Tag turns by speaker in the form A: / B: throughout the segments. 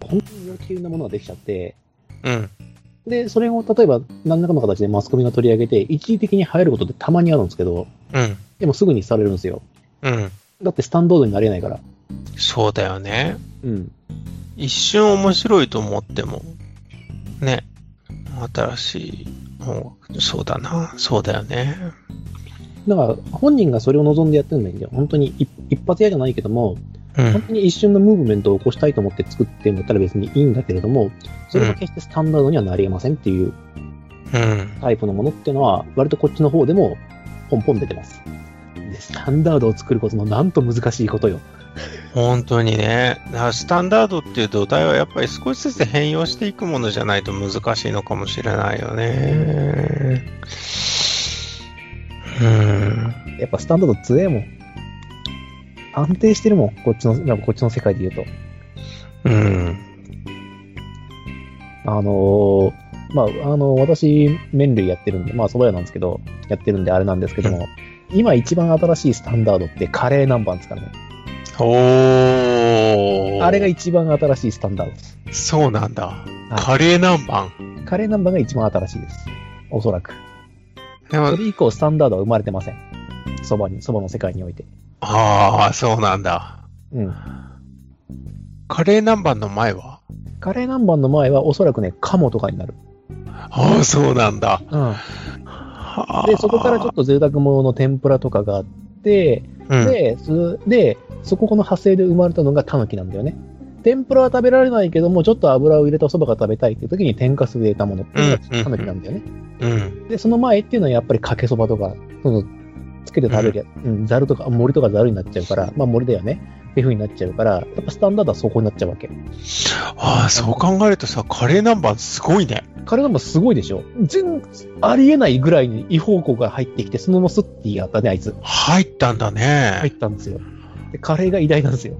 A: 本当に要求なものができちゃって、
B: うん。
A: で、それを例えば何らかの形でマスコミが取り上げて、一時的に流行ることってたまにあるんですけど、
B: うん。
A: でもすぐにされるんですよ。
B: うん。
A: だってスタンダードになれないから。
B: そうだよね。
A: うん。
B: 一瞬面白いと思っても、ね。新しい音楽。そうだな。そうだよね。
A: だから、本人がそれを望んでやってるんだけど、本当に一一発屋じゃないけども、
B: う
A: 本
B: ん。
A: 当に一瞬のムーブメントを起こしたいと思って作ってもらったら別にいいんだけれども、それが決してスタンダードにはなり得ませんっていう
B: うん。
A: タイプのものっていうのは、割とこっちの方でもポンポン出てます。で、スタンダードを作ることのなんと難しいことよ。
B: 本当にね。だからスタンダードっていう土台はやっぱり少しずつ変容していくものじゃないと難しいのかもしれないよね。うん。
A: やっぱスタンダード強えもん。安定してるもん、こっちの、やっぱこっちの世界で言う
B: うん。
A: と。あのーまあ、あのー私、麺類やってるんで、まあ、蕎麦屋なんですけど、やってるんであれなんですけども、今一番新しいスタンダードってカレー南蛮ですからね。
B: おー。
A: あれが一番新しいスタンダードです。
B: そうなんだ。
A: い
B: カレー南蛮。
A: カレー南蛮が一番新しいです。おそらく。
B: で
A: そ
B: も、
A: れ以降、スタンダードは生まれてません。蕎麦に、蕎麦の世界において。
B: ああ、そうなんだ。
A: うん。
B: カレー南蛮の前は
A: カレー南蛮の前はおそらくね、鴨とかになる。
B: ああ、そうなんだ。
A: うん。
B: はあ
A: で、そこからちょっと贅沢物の天ぷらとかがあって、
B: うん、
A: で、すで、そここの派生で生まれたのがタヌキなんだよね。天ぷらは食べられないけども、ちょっと油を入れたお蕎麦が食べたいっていう時に天かすで得たものっていう
B: うんうん
A: の
B: うん
A: がタヌキなんだよね。
B: うん、
A: で、その前っていうのはやっぱりかけそばとか、その、つけて食べるや、うん、ざるとか、森とかざるになっちゃうから、まあ森だよね。っていう風になっちゃうから、やっぱスタンダードはそこになっちゃうわけ。
B: ああ、そう考えるとさ、カレー南蛮すごいね。
A: 彼らもすごいでしょ全、ありえないぐらいに違法行が入ってきて、そのままスッてやったね、あいつ。
B: 入ったんだね。
A: 入ったんですよ。で、カレーが偉大なんですよ。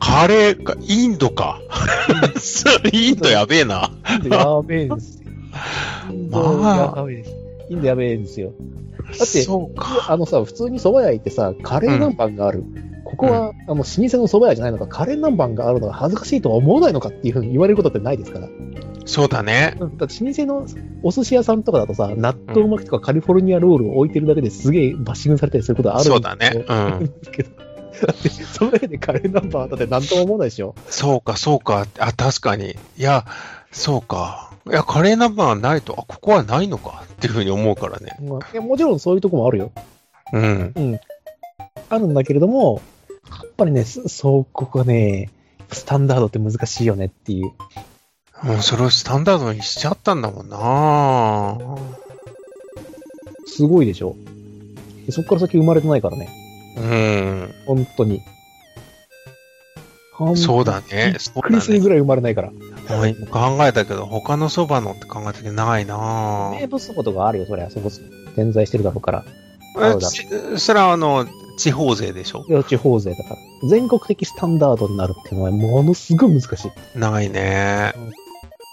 B: カレーか、インドか。そう インドやべえな。
A: インドやべえんですよ。インド
B: まあ
A: やべえです。インドやべえんですよ。って
B: そうか。
A: あのさ、普通に蕎麦屋行ってさ、カレー南蛮がある。ここは、あの、老舗の蕎麦屋じゃないのか、カレー南蛮があるのが恥ずかしいとは思わないのかっていうふうに言われることってないですから。
B: そうだね。
A: だって老舗のお寿司屋さんとかだとさ、納豆巻きとかカリフォルニアロールを置いてるだけですげえバッシングされたりすることあるん
B: そうだ ね。うん。
A: けど、だって、その上でカレーナンバーだって何とも思わないでしょ。
B: そうか、そうか。あ、確かに。いや、そうか。いや、カレー南蛮はないと、あ、ここはないのかっていうふうに思うからね。
A: まあ、いやもちろんそういうとこもあるよ。
B: うん。
A: あるんだけれども、やっぱりね、そそう、ここがね、スタンダードって難しいよねっていう。
B: もうそれをスタンダードにしちゃったんだもんな
A: すごいでしょ。でそこから先生まれてないからね。
B: うん。
A: 本当に。半
B: そうだね。
A: び
B: そ
A: っ
B: う
A: くり
B: だ
A: する
B: ね。
A: ぐらい生まれないから。
B: もう今考えたけど、他のそばのって考えたけどないな
A: 名物そばとかあるよ、そりゃ。そこ、点在してるだろうから。そう
B: え
A: だ
B: ちそれはあの、地方税でしょ
A: 地方税だから。全国的スタンダードになるっていうのはものすごい難しい。
B: ないね。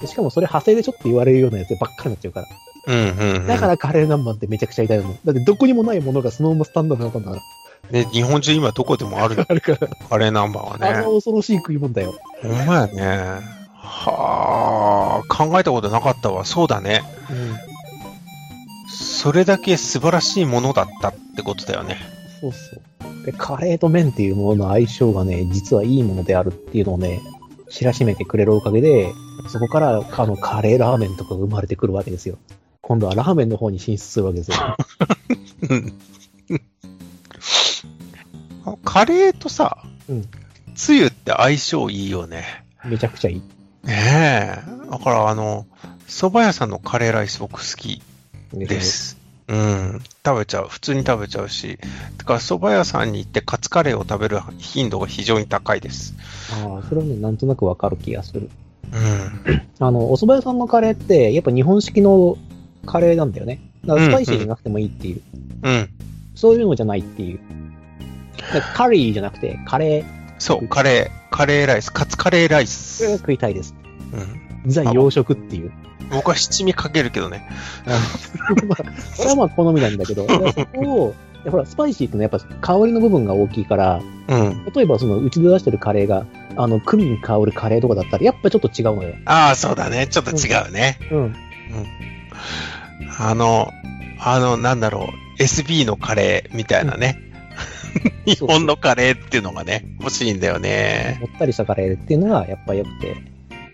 A: でしかもそれ派生でちょっと言われるようなやつばっかりになっちゃうから。
B: うんうん、うん。
A: だからカレー南蛮ってめちゃくちゃ痛いの。だってどこにもないものがそのままスタンダードになったんだか
B: ね、日本中今どこでもあるよ
A: ら。あるから、
B: カレーナンバー
A: あ
B: はね
A: の。恐ろしい食い物だよ。
B: ほんまやね。はあ、考えたことなかったわ。そうだね。
A: うん。
B: それだけ素晴らしいものだったってことだよね。
A: そうそう。で、カレーと麺っていうものの相性がね、実はいいものであるっていうのをね、知らしめてくれるおかげで、そこからあのカレーラーメンとかが生まれてくるわけですよ。今度はラーメンの方に進出するわけですよ。
B: うん カレーとさ、
A: うん
B: つゆって相性いいよね。
A: めちゃくちゃいい。
B: ねえ。だからあの、蕎麦屋さんのカレーライス僕好きで。す。うん。食べちゃう。普通に食べちゃうし。てか、蕎麦屋さんに行ってカツカレーを食べる頻度が非常に高いです。
A: ああ、それはね、なんとなくわかる気がする。
B: うん。
A: あの、お蕎麦屋さんのカレーって、やっぱ日本式のカレーなんだよね。だからスパイシーじゃなくてもいいっていう。
B: うん。
A: そういうのじゃないっていう。だからカリーじゃなくて、カレー
B: そう、カレー、カレーライス、カツカレーライ
A: それが
B: ス。
A: 食いたいです。
B: うん。
A: ザ洋食っていう。
B: 僕は七味かけるけどね。
A: まあ、それはまあ好みなんだけど、だからそこを、でほら、スパイシーってのはやっぱ香りの部分が大きいから、
B: うん。
A: 例えばそのうちで出してるカレーが、あの、クミン香るカレーとかだったら、やっぱちょっと違うのよ。
B: ああ、そうだね。ちょっと違うね。
A: うん。
B: あの、あの、なんだろう。SB のカレーみたいなね。 日本のカレーっていうのがね、欲しいんだよね。
A: もったりしたカレーっていうのがやっぱ良くて。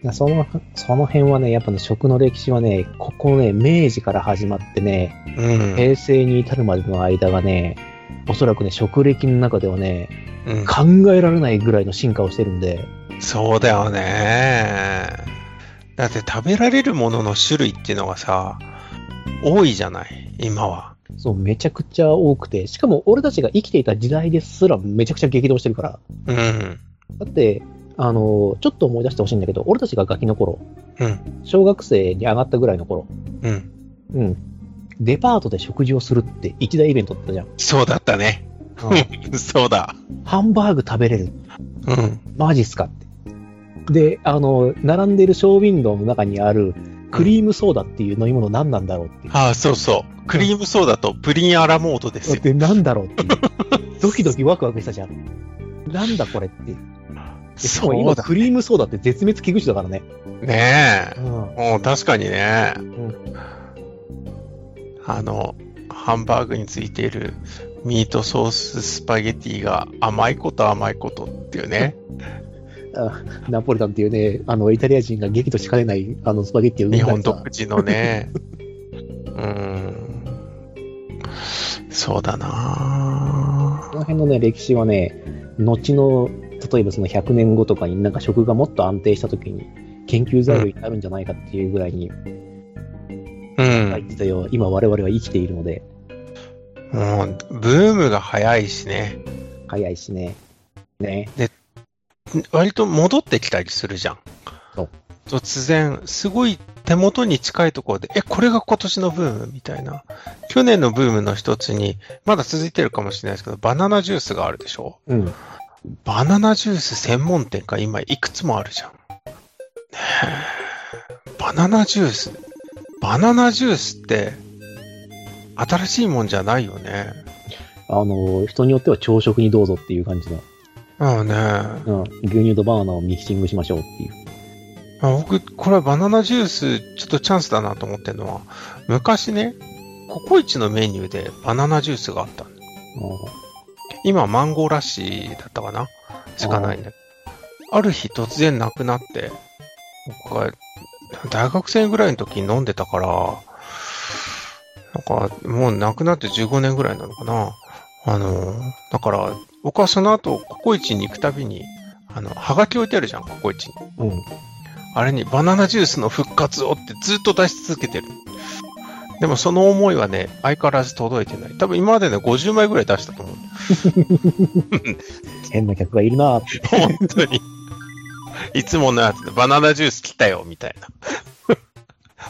A: なその、その辺はね、やっぱね、食の歴史はね、ここね、明治から始まってね、
B: うん。
A: 平成に至るまでの間がね、おそらくね、食歴の中ではね、
B: うん、
A: 考えられないぐらいの進化をしてるんで、
B: そうだよね。だって食べられるものの種類っていうのがさ、多いじゃない、今は。
A: そう、めちゃくちゃ多くて、しかも俺たちが生きていた時代ですらめちゃくちゃ激動してるから。
B: うん。
A: だって、あの、ちょっと思い出してほしいんだけど、俺たちがガキの頃、
B: うん。
A: 小学生に上がったぐらいの頃、
B: うん。
A: うん。デパートで食事をするって一大イベントだったじゃん。
B: そうだったね。 そうだ。
A: ハンバーグ食べれる。
B: うん。
A: マジっすかって。で、あの、並んでるショーウィンドウの中にある、クリームソーダっていう飲み物何なんだろうっていう。
B: ああ、そうそう。クリームソーダとプリンアラモードですよ。
A: で、なんだろうっていう。ドキドキワクワクしたじゃん。なんだこれって。でしかも
B: そう
A: 今、
B: だ。
A: クリームソーダって絶滅危惧種だからね。
B: ね
A: うん。
B: え。うん、確かにね。
A: ん
B: あの、ハンバーグについているミートソーススパゲティが甘いこと甘いことっていうね。
A: ナポリタンっていうね、あの、イタリア人が激怒しかねない、あの、スパゲッティを生んだ
B: 日
A: やつは
B: 本独自 のね。うん。そうだな
A: この辺のね、歴史はね、後の、例えばその100年後とかになんか食がもっと安定した時に、研究材料になるんじゃないかっていうぐらいに、
B: う
A: 入
B: ん
A: っ。てたよ、今我々は生きているので、
B: もう、ブームが早いしね。
A: 早いしね。ね。
B: 割と戻ってきたりするじゃん
A: そう。
B: 突然、すごい手元に近いところで、え、これが今年のブームみたいな。去年のブームの一つに、まだ続いてるかもしれないですけど、バナナジュースがあるでしょ
A: うん。
B: バナナジュース専門店が今いくつもあるじゃん。ねえバナナジュース。バナナジュースって、新しいもんじゃないよね。
A: あの、人によっては朝食にどうぞっていう感じの、
B: うんね。
A: うん、牛乳とバナナをミキシングしましょうっていう。
B: あ僕、これバナナジュース、ちょっとチャンスだなと思ってるのは、昔ね、ココイチのメニューでバナナジュースがあったの。今、マンゴーラッシーだったかなしかないんだけど。ある日突然なくなって、僕が大学生ぐらいの時に飲んでたから、なんか、もうなくなって15年ぐらいなのかな。あの、だから、僕はその後、ココイチに行くたびに、あの、はがき置いてあるじゃん、ココイチに。
A: うん。うん。
B: あれにバナナジュースの復活をってずっと出し続けてる。でもその思いはね、相変わらず届いてない。多分今までね、50枚ぐらい出したと思う。
A: 変な客がいるなーって。
B: 本 当に。いつものやつでバナナジュース来たよ、みたいな。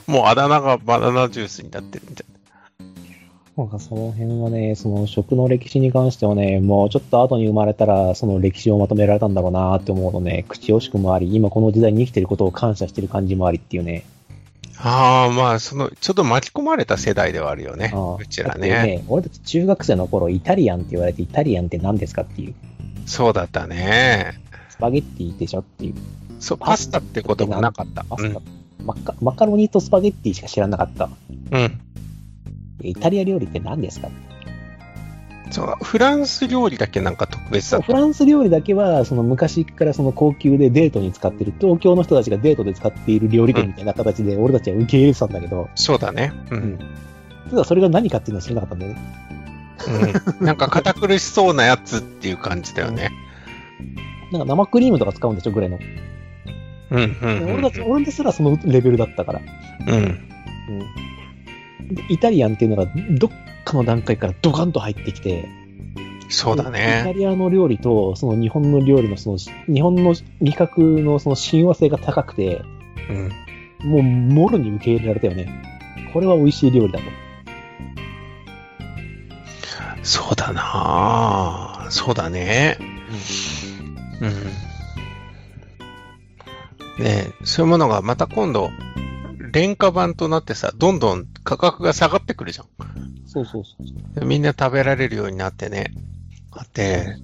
B: もうあだ名がバナナジュースになってるみたい
A: なんかその辺はね、その食の歴史に関してはね、もうちょっと後に生まれたら、その歴史をまとめられたんだろうなーって思うとね、口惜しくもあり、今この時代に生きてることを感謝してる感じもありっていうね。
B: な。ああ、まあ、その、ちょっと巻き込まれた世代ではあるよね。
A: ああ
B: うちら
A: だって
B: ね。
A: 俺たち中学生の頃、イタリアンって言われて、イタリアンって何ですかっていう。
B: そうだったね。
A: スパゲッティでしょっていう。
B: そう、パスタってこともなかった。
A: パ
B: う
A: スタ
B: ん。
A: マカマカロニとスパゲッティしか知らなかった。
B: うん。
A: イタリア料理って何ですか
B: そうだ、フランス料理だけなんか特別だった
A: フランス料理だけは、その昔からその高級でデートに使ってる、東京の人たちがデートで使っている料理店みたいな形で、俺たちは受け入れてたんだけど、
B: そうだね。うんん。
A: ただそれが何かっていうのは知らなかったんだよね。
B: うん、なんか堅苦しそうなやつっていう感じだよね。
A: なんか生クリームとか使うんでしょぐらいの。
B: うん、うん、うん。
A: 俺たち、俺ですらそのレベルだったから。
B: うん。
A: うんでイタリアンっていうのが、どっかの段階からドカンと入ってきて、
B: そうだ
A: イタ
B: ね。
A: リアの料理と、その日本の料理の、その、日本の味覚のその親和性が高くて、
B: うん。
A: もう、もろに受け入れられたよね。これは美味しい料理だと。
B: そうだなあそうだね。うん。ねえそういうものがまた今度、廉価版となってさ、どんどん価格が下がってくるじゃん。
A: そうそうそうそう。
B: でみんな食べられるようになってね。あって、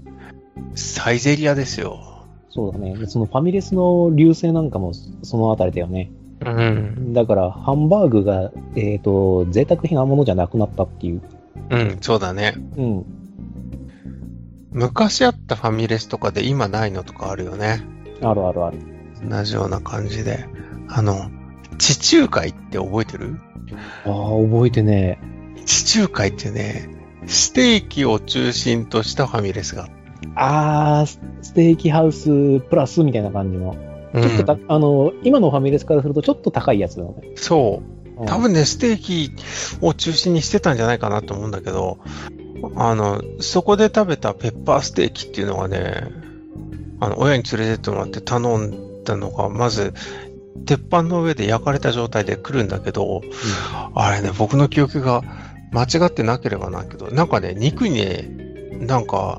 B: サイゼリアですよ。
A: そうだね。そのファミレスの流星なんかもそのあたりだよね。
B: うん。
A: だから、ハンバーグが、えっ、と、贅沢品なものじゃなくなったっていう。
B: うん、そうだね。
A: うん。
B: 昔あったファミレスとかで今ないのとかあるよね。
A: あるあるある。
B: 同じような感じで。あの、地中海って覚えてる
A: ああ、覚えてね
B: 地中海ってね、ステーキを中心としたファミレスがあっ
A: ああ、スステーキハウスプラスみたいな感じの。
B: た。
A: ちょっとた、
B: うん
A: あの、今のファミレスからするとちょっと高いやつなのね。
B: そう。
A: うん
B: 多分ね、ステーキを中心にしてたんじゃないかなと思うんだけど、あの、そこで食べたペッパーステーキっていうのがね、あの、親に連れてってもらって頼んだのが、まず、鉄板の上で焼かれた状態で来るんだけど、あれね、僕の記憶が間違ってなければなんだけど、なんかね、肉にね、なんか、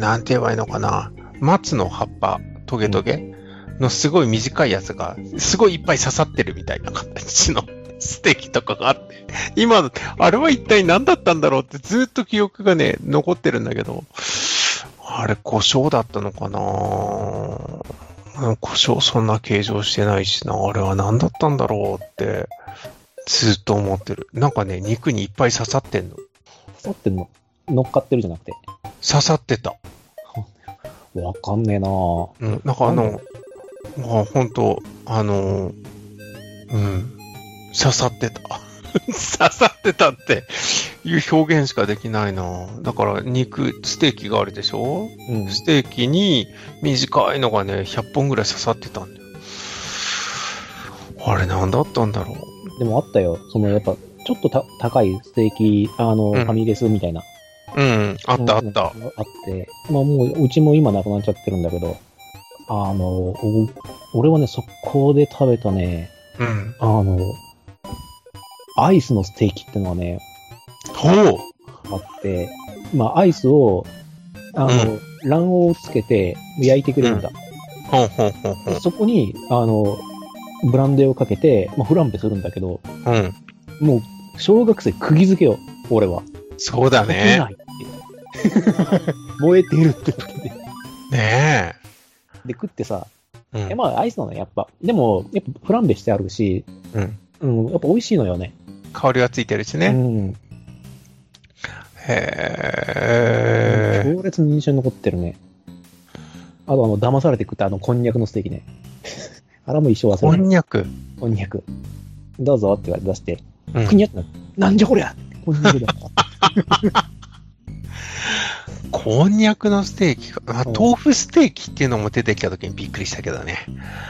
B: なんて言えばいいのかな、松の葉っぱ、トゲトゲのすごい短いやつが、すごいいっぱい刺さってるみたいな形の ステーキとかがあって、今の、あれは一体何だったんだろうってずっと記憶がね、残ってるんだけど、あれ、故障だったのかな故障そんな形状してないしな、あれは何だったんだろうって。ずっと思ってる。なんかね、肉にいっぱい刺さってんの。
A: 刺さってんの乗っかってるじゃなくて。
B: 刺さってた。
A: わかんねえなぁ。
B: うん、なんかあの、まあ、本当あの、うん、刺さってた。 刺さってたっていう表現しかできないな。だから肉、ステーキがあるでしょ
A: うん。
B: ステーキに短いのがね、100本ぐらい刺さってたんだよ。あれ何だったんだろう。
A: でもあったよ。その、やっぱ、ちょっとた高いステーキ、あの、
B: ん
A: ファミレスみたいな。
B: うん、あったあ
A: うん
B: った。。
A: あって。まあもう、うちも今なくなっちゃってるんだけど、あの、お俺はね、速攻で食べたね、
B: うん。
A: あの、アイスのステーキってのがね、
B: ほう
A: あって、まあ、アイスを、あの、卵黄をつけて焼いてくれるんだ。
B: ほうほうほうほう。
A: そこに、あの、ブランデーをかけて、まあ、フランベするんだけど、
B: うん。
A: もう、小学生釘付けよ、俺は。
B: そうだ
A: 溶け
B: ね。
A: ないって。燃えているってことで。
B: ね
A: で、食ってさ、
B: え。うん
A: えまあ、アイスなのよやっぱ。でも、やっぱフランベしてあるし、
B: うん
A: うん、やっぱ美味しいのよね。
B: 香りがついてるし
A: う
B: ね。
A: ん。
B: へえ。
A: 強烈に印象に残ってるね。あと、あの、騙されて食ったあの、こんにゃくのステーキね。 あれも一生忘れ
B: こ
A: ない。
B: んにゃく。
A: こんにゃく。どうぞって言われて出して、
B: うん
A: くにゃってなってなんじゃこりゃこんにゃくだ。
B: こんにゃくのステーキか。あ
A: うん
B: 豆腐ステーキっていうのも出てきた時にびっくりしたけどね。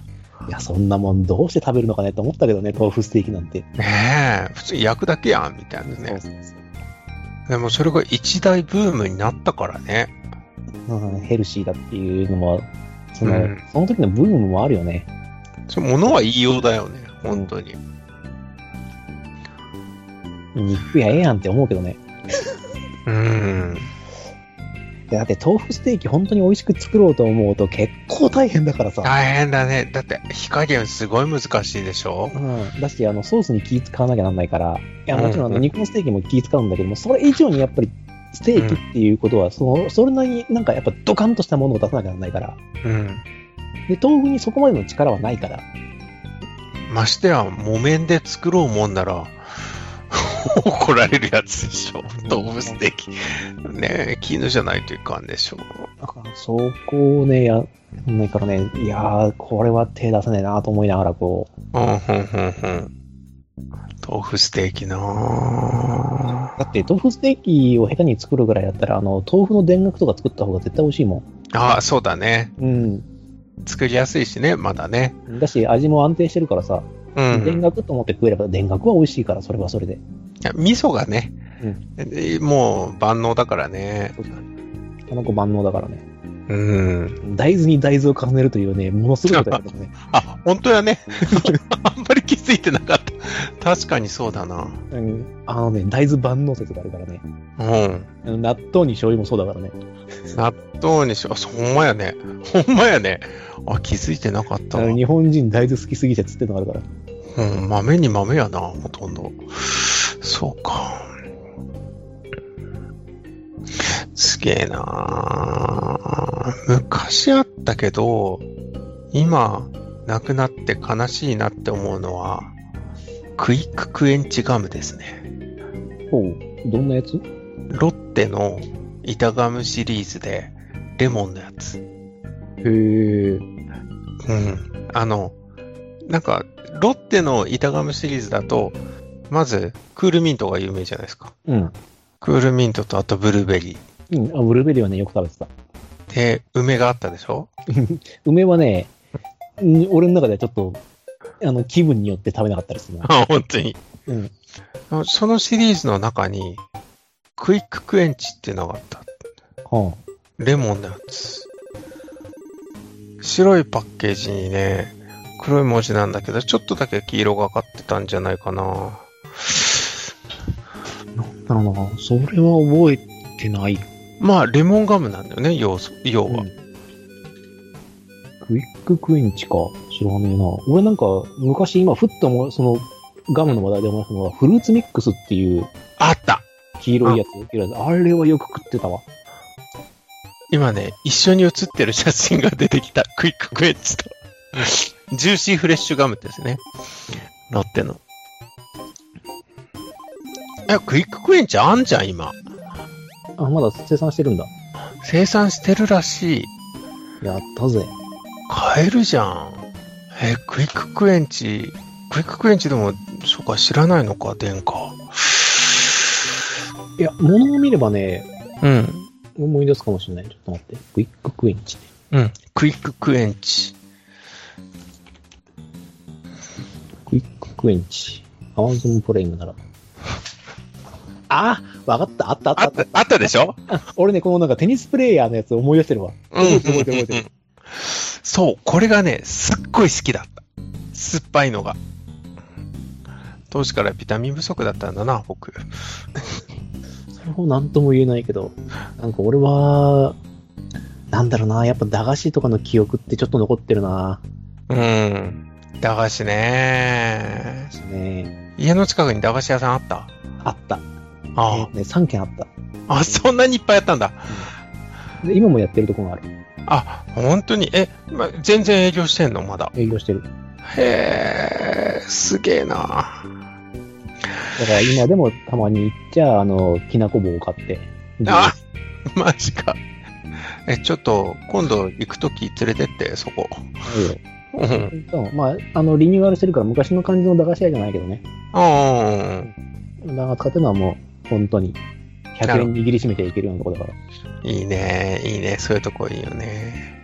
A: いや、そんなもんどうして食べるのかねと思ったけどね、豆腐ステーキなんて。
B: ねえ。普通に焼くだけやん、みたいなね。
A: そうそうそう
B: でもそれが一大ブームになったからね。
A: うんヘルシーだっていうのも、その、
B: うん
A: その時のブームもあるよね。
B: そのものは言いようだよね。本当に。
A: 肉やええやんって思うけどね。
B: うん。
A: いやだって豆腐ステーキ本当に美味しく作ろうと思うと結構大変だからさ。
B: 大変だね。だって火加減すごい難しいでしょ
A: うん、だし、あの、ソースに気使わなきゃなんないから、いや、
B: うん
A: もちろん、あの、肉のステーキも気使うんだけども、それ以上にやっぱり、ステーキっていうことは、その、それなりになんかやっぱドカンとしたものを出さなきゃなんないから、
B: うん。
A: で、豆腐にそこまでの力はないから、
B: ましてや、木綿で作ろうもんなら、 怒られるやつでしょ。豆腐ステーキ。ねえ、絹じゃないといかんでしょ。
A: だからそこをね、やんないからね、いやー、これは手出せねえなと思いながら、こう、
B: うん、うん、うん、うん。豆腐ステーキなぁ。
A: だって、豆腐ステーキを下手に作るぐらいだったら、あの、豆腐の田楽とか作った方が絶対美味しいも
B: ああ、そうだね。
A: ん。うん。
B: 作りやすいしね、まだね。
A: だし、味も安定してるからさ、
B: う
A: 田
B: ん。
A: 楽と思って食えれば、田楽は美味しいから、それはそれで。
B: いや味噌がね、えもう万能だからね。
A: あの子万能だからね。
B: うん。
A: 大豆に大豆を重ねるというね、ものすごいことやるからね。
B: あ、本当やね。 あんまり気づいてなかった。確かにそうだな。
A: うんあのね、大豆万能説があるからね。
B: うん。
A: あの納豆に醤油もそうだからね。
B: 納豆にしよう。あそうほんまやね。ほんまやね。あ、気づいてなかった
A: あ
B: わ。
A: の日本人大豆好きすぎ説ってのがあるから。
B: うん、豆に豆やな、ほとんど。そうか。すげえな昔あったけど、今、なくなって悲しいなって思うのは、クイッククエンチガムですね。
A: ほう。どんなやつ
B: ロッテの板ガムシリーズで、レモンのやつ。
A: へえ。
B: うん。あの、なんか、ロッテの板ガムシリーズだと、まず、クールミントが有名じゃないですか。
A: うん。
B: クールミントとあとブルーベリ
A: うん。あ、ブルーベリーはね、よく食べてた。
B: ー。で、梅があったでしょ
A: 梅はね、うん俺の中ではちょっと、あの、気分によって食べなかったですね。
B: あ、本当に。
A: うん。
B: そのシリーズの中に、クイッククエンチっていうのがあった。
A: は
B: レモンのやつ。白いパッケージにね、黒い文字なんだけど、ちょっとだけ黄色がかってたんじゃないかな。
A: あ、なるほど。それは覚えてない。
B: まあ、レモンガムなんだよね、要素、要は。
A: クイッククエンチか。知らねえな。俺なんか、昔今、ふっと思いその、ガムの話題で思い出したのは、フルーツミックスっていう
B: あった
A: 黄色いやつ、黄色いやつあれはよく食ってたわ。
B: 今ね、一緒に写ってる写真が出てきた。 クイッククエンチと。ジューシーフレッシュガムですね。ロッテの。いや、クイッククエンチあんじゃん、今。
A: あ、まだ生産してるんだ。
B: 生産してるらしい。
A: やったぜ。
B: 買えるじゃん。え、クイッククエンチ、クイッククエンチでも、そうか、知らないのか、殿下。
A: いや、物を見ればね、
B: うん。
A: 思い出すかもしれない。ちょっと待って。クイッククエンチ。
B: うん。クイッククエンチ。
A: クイッククエンチ。アマゾンプレイムなら。あわかった。あったあったあ
B: あ
A: っ
B: ったた、あったでしょ
A: 俺ね、このなんかテニスプレイヤーのやつ思い出してるわ。
B: うん
A: 覚えてる覚えてる覚えてる。
B: そう、これがね、すっごい好きだった。酸っぱいのが。当時からビタミン不足だったんだな、僕。
A: それもなんとも言えないけ ど、なんか俺は、なんだろうな、やっぱ駄菓子とかの記憶ってちょっと残ってるな。
B: うん。駄菓子ね。
A: ね
B: 家の近くに駄菓子屋さんあった
A: あった。
B: あ
A: ね、3件あった。
B: あ、あ、そんなにいっぱいあったんだ。
A: で、今もやってるとこがある。
B: あ、本当に。え、ま全然営業してんのまだ。
A: 営業してる。
B: へえ、すげえ
A: だ
B: な。
A: から今でもたまに行っちゃ、あの、きなこ棒を買って。で
B: あ、マジか。え、ちょっと、今度行くとき連れてって、そこ。
A: いいよ
B: うん。
A: そうまあ、あの、リニューアルしてるから昔の感じの駄菓子屋じゃないけどね。
B: う
A: だ
B: ん。
A: から使ってるのはもう、本当に、100円握りしめていけるようなとこだから。
B: いいね、いいね、そういうとこいいよね。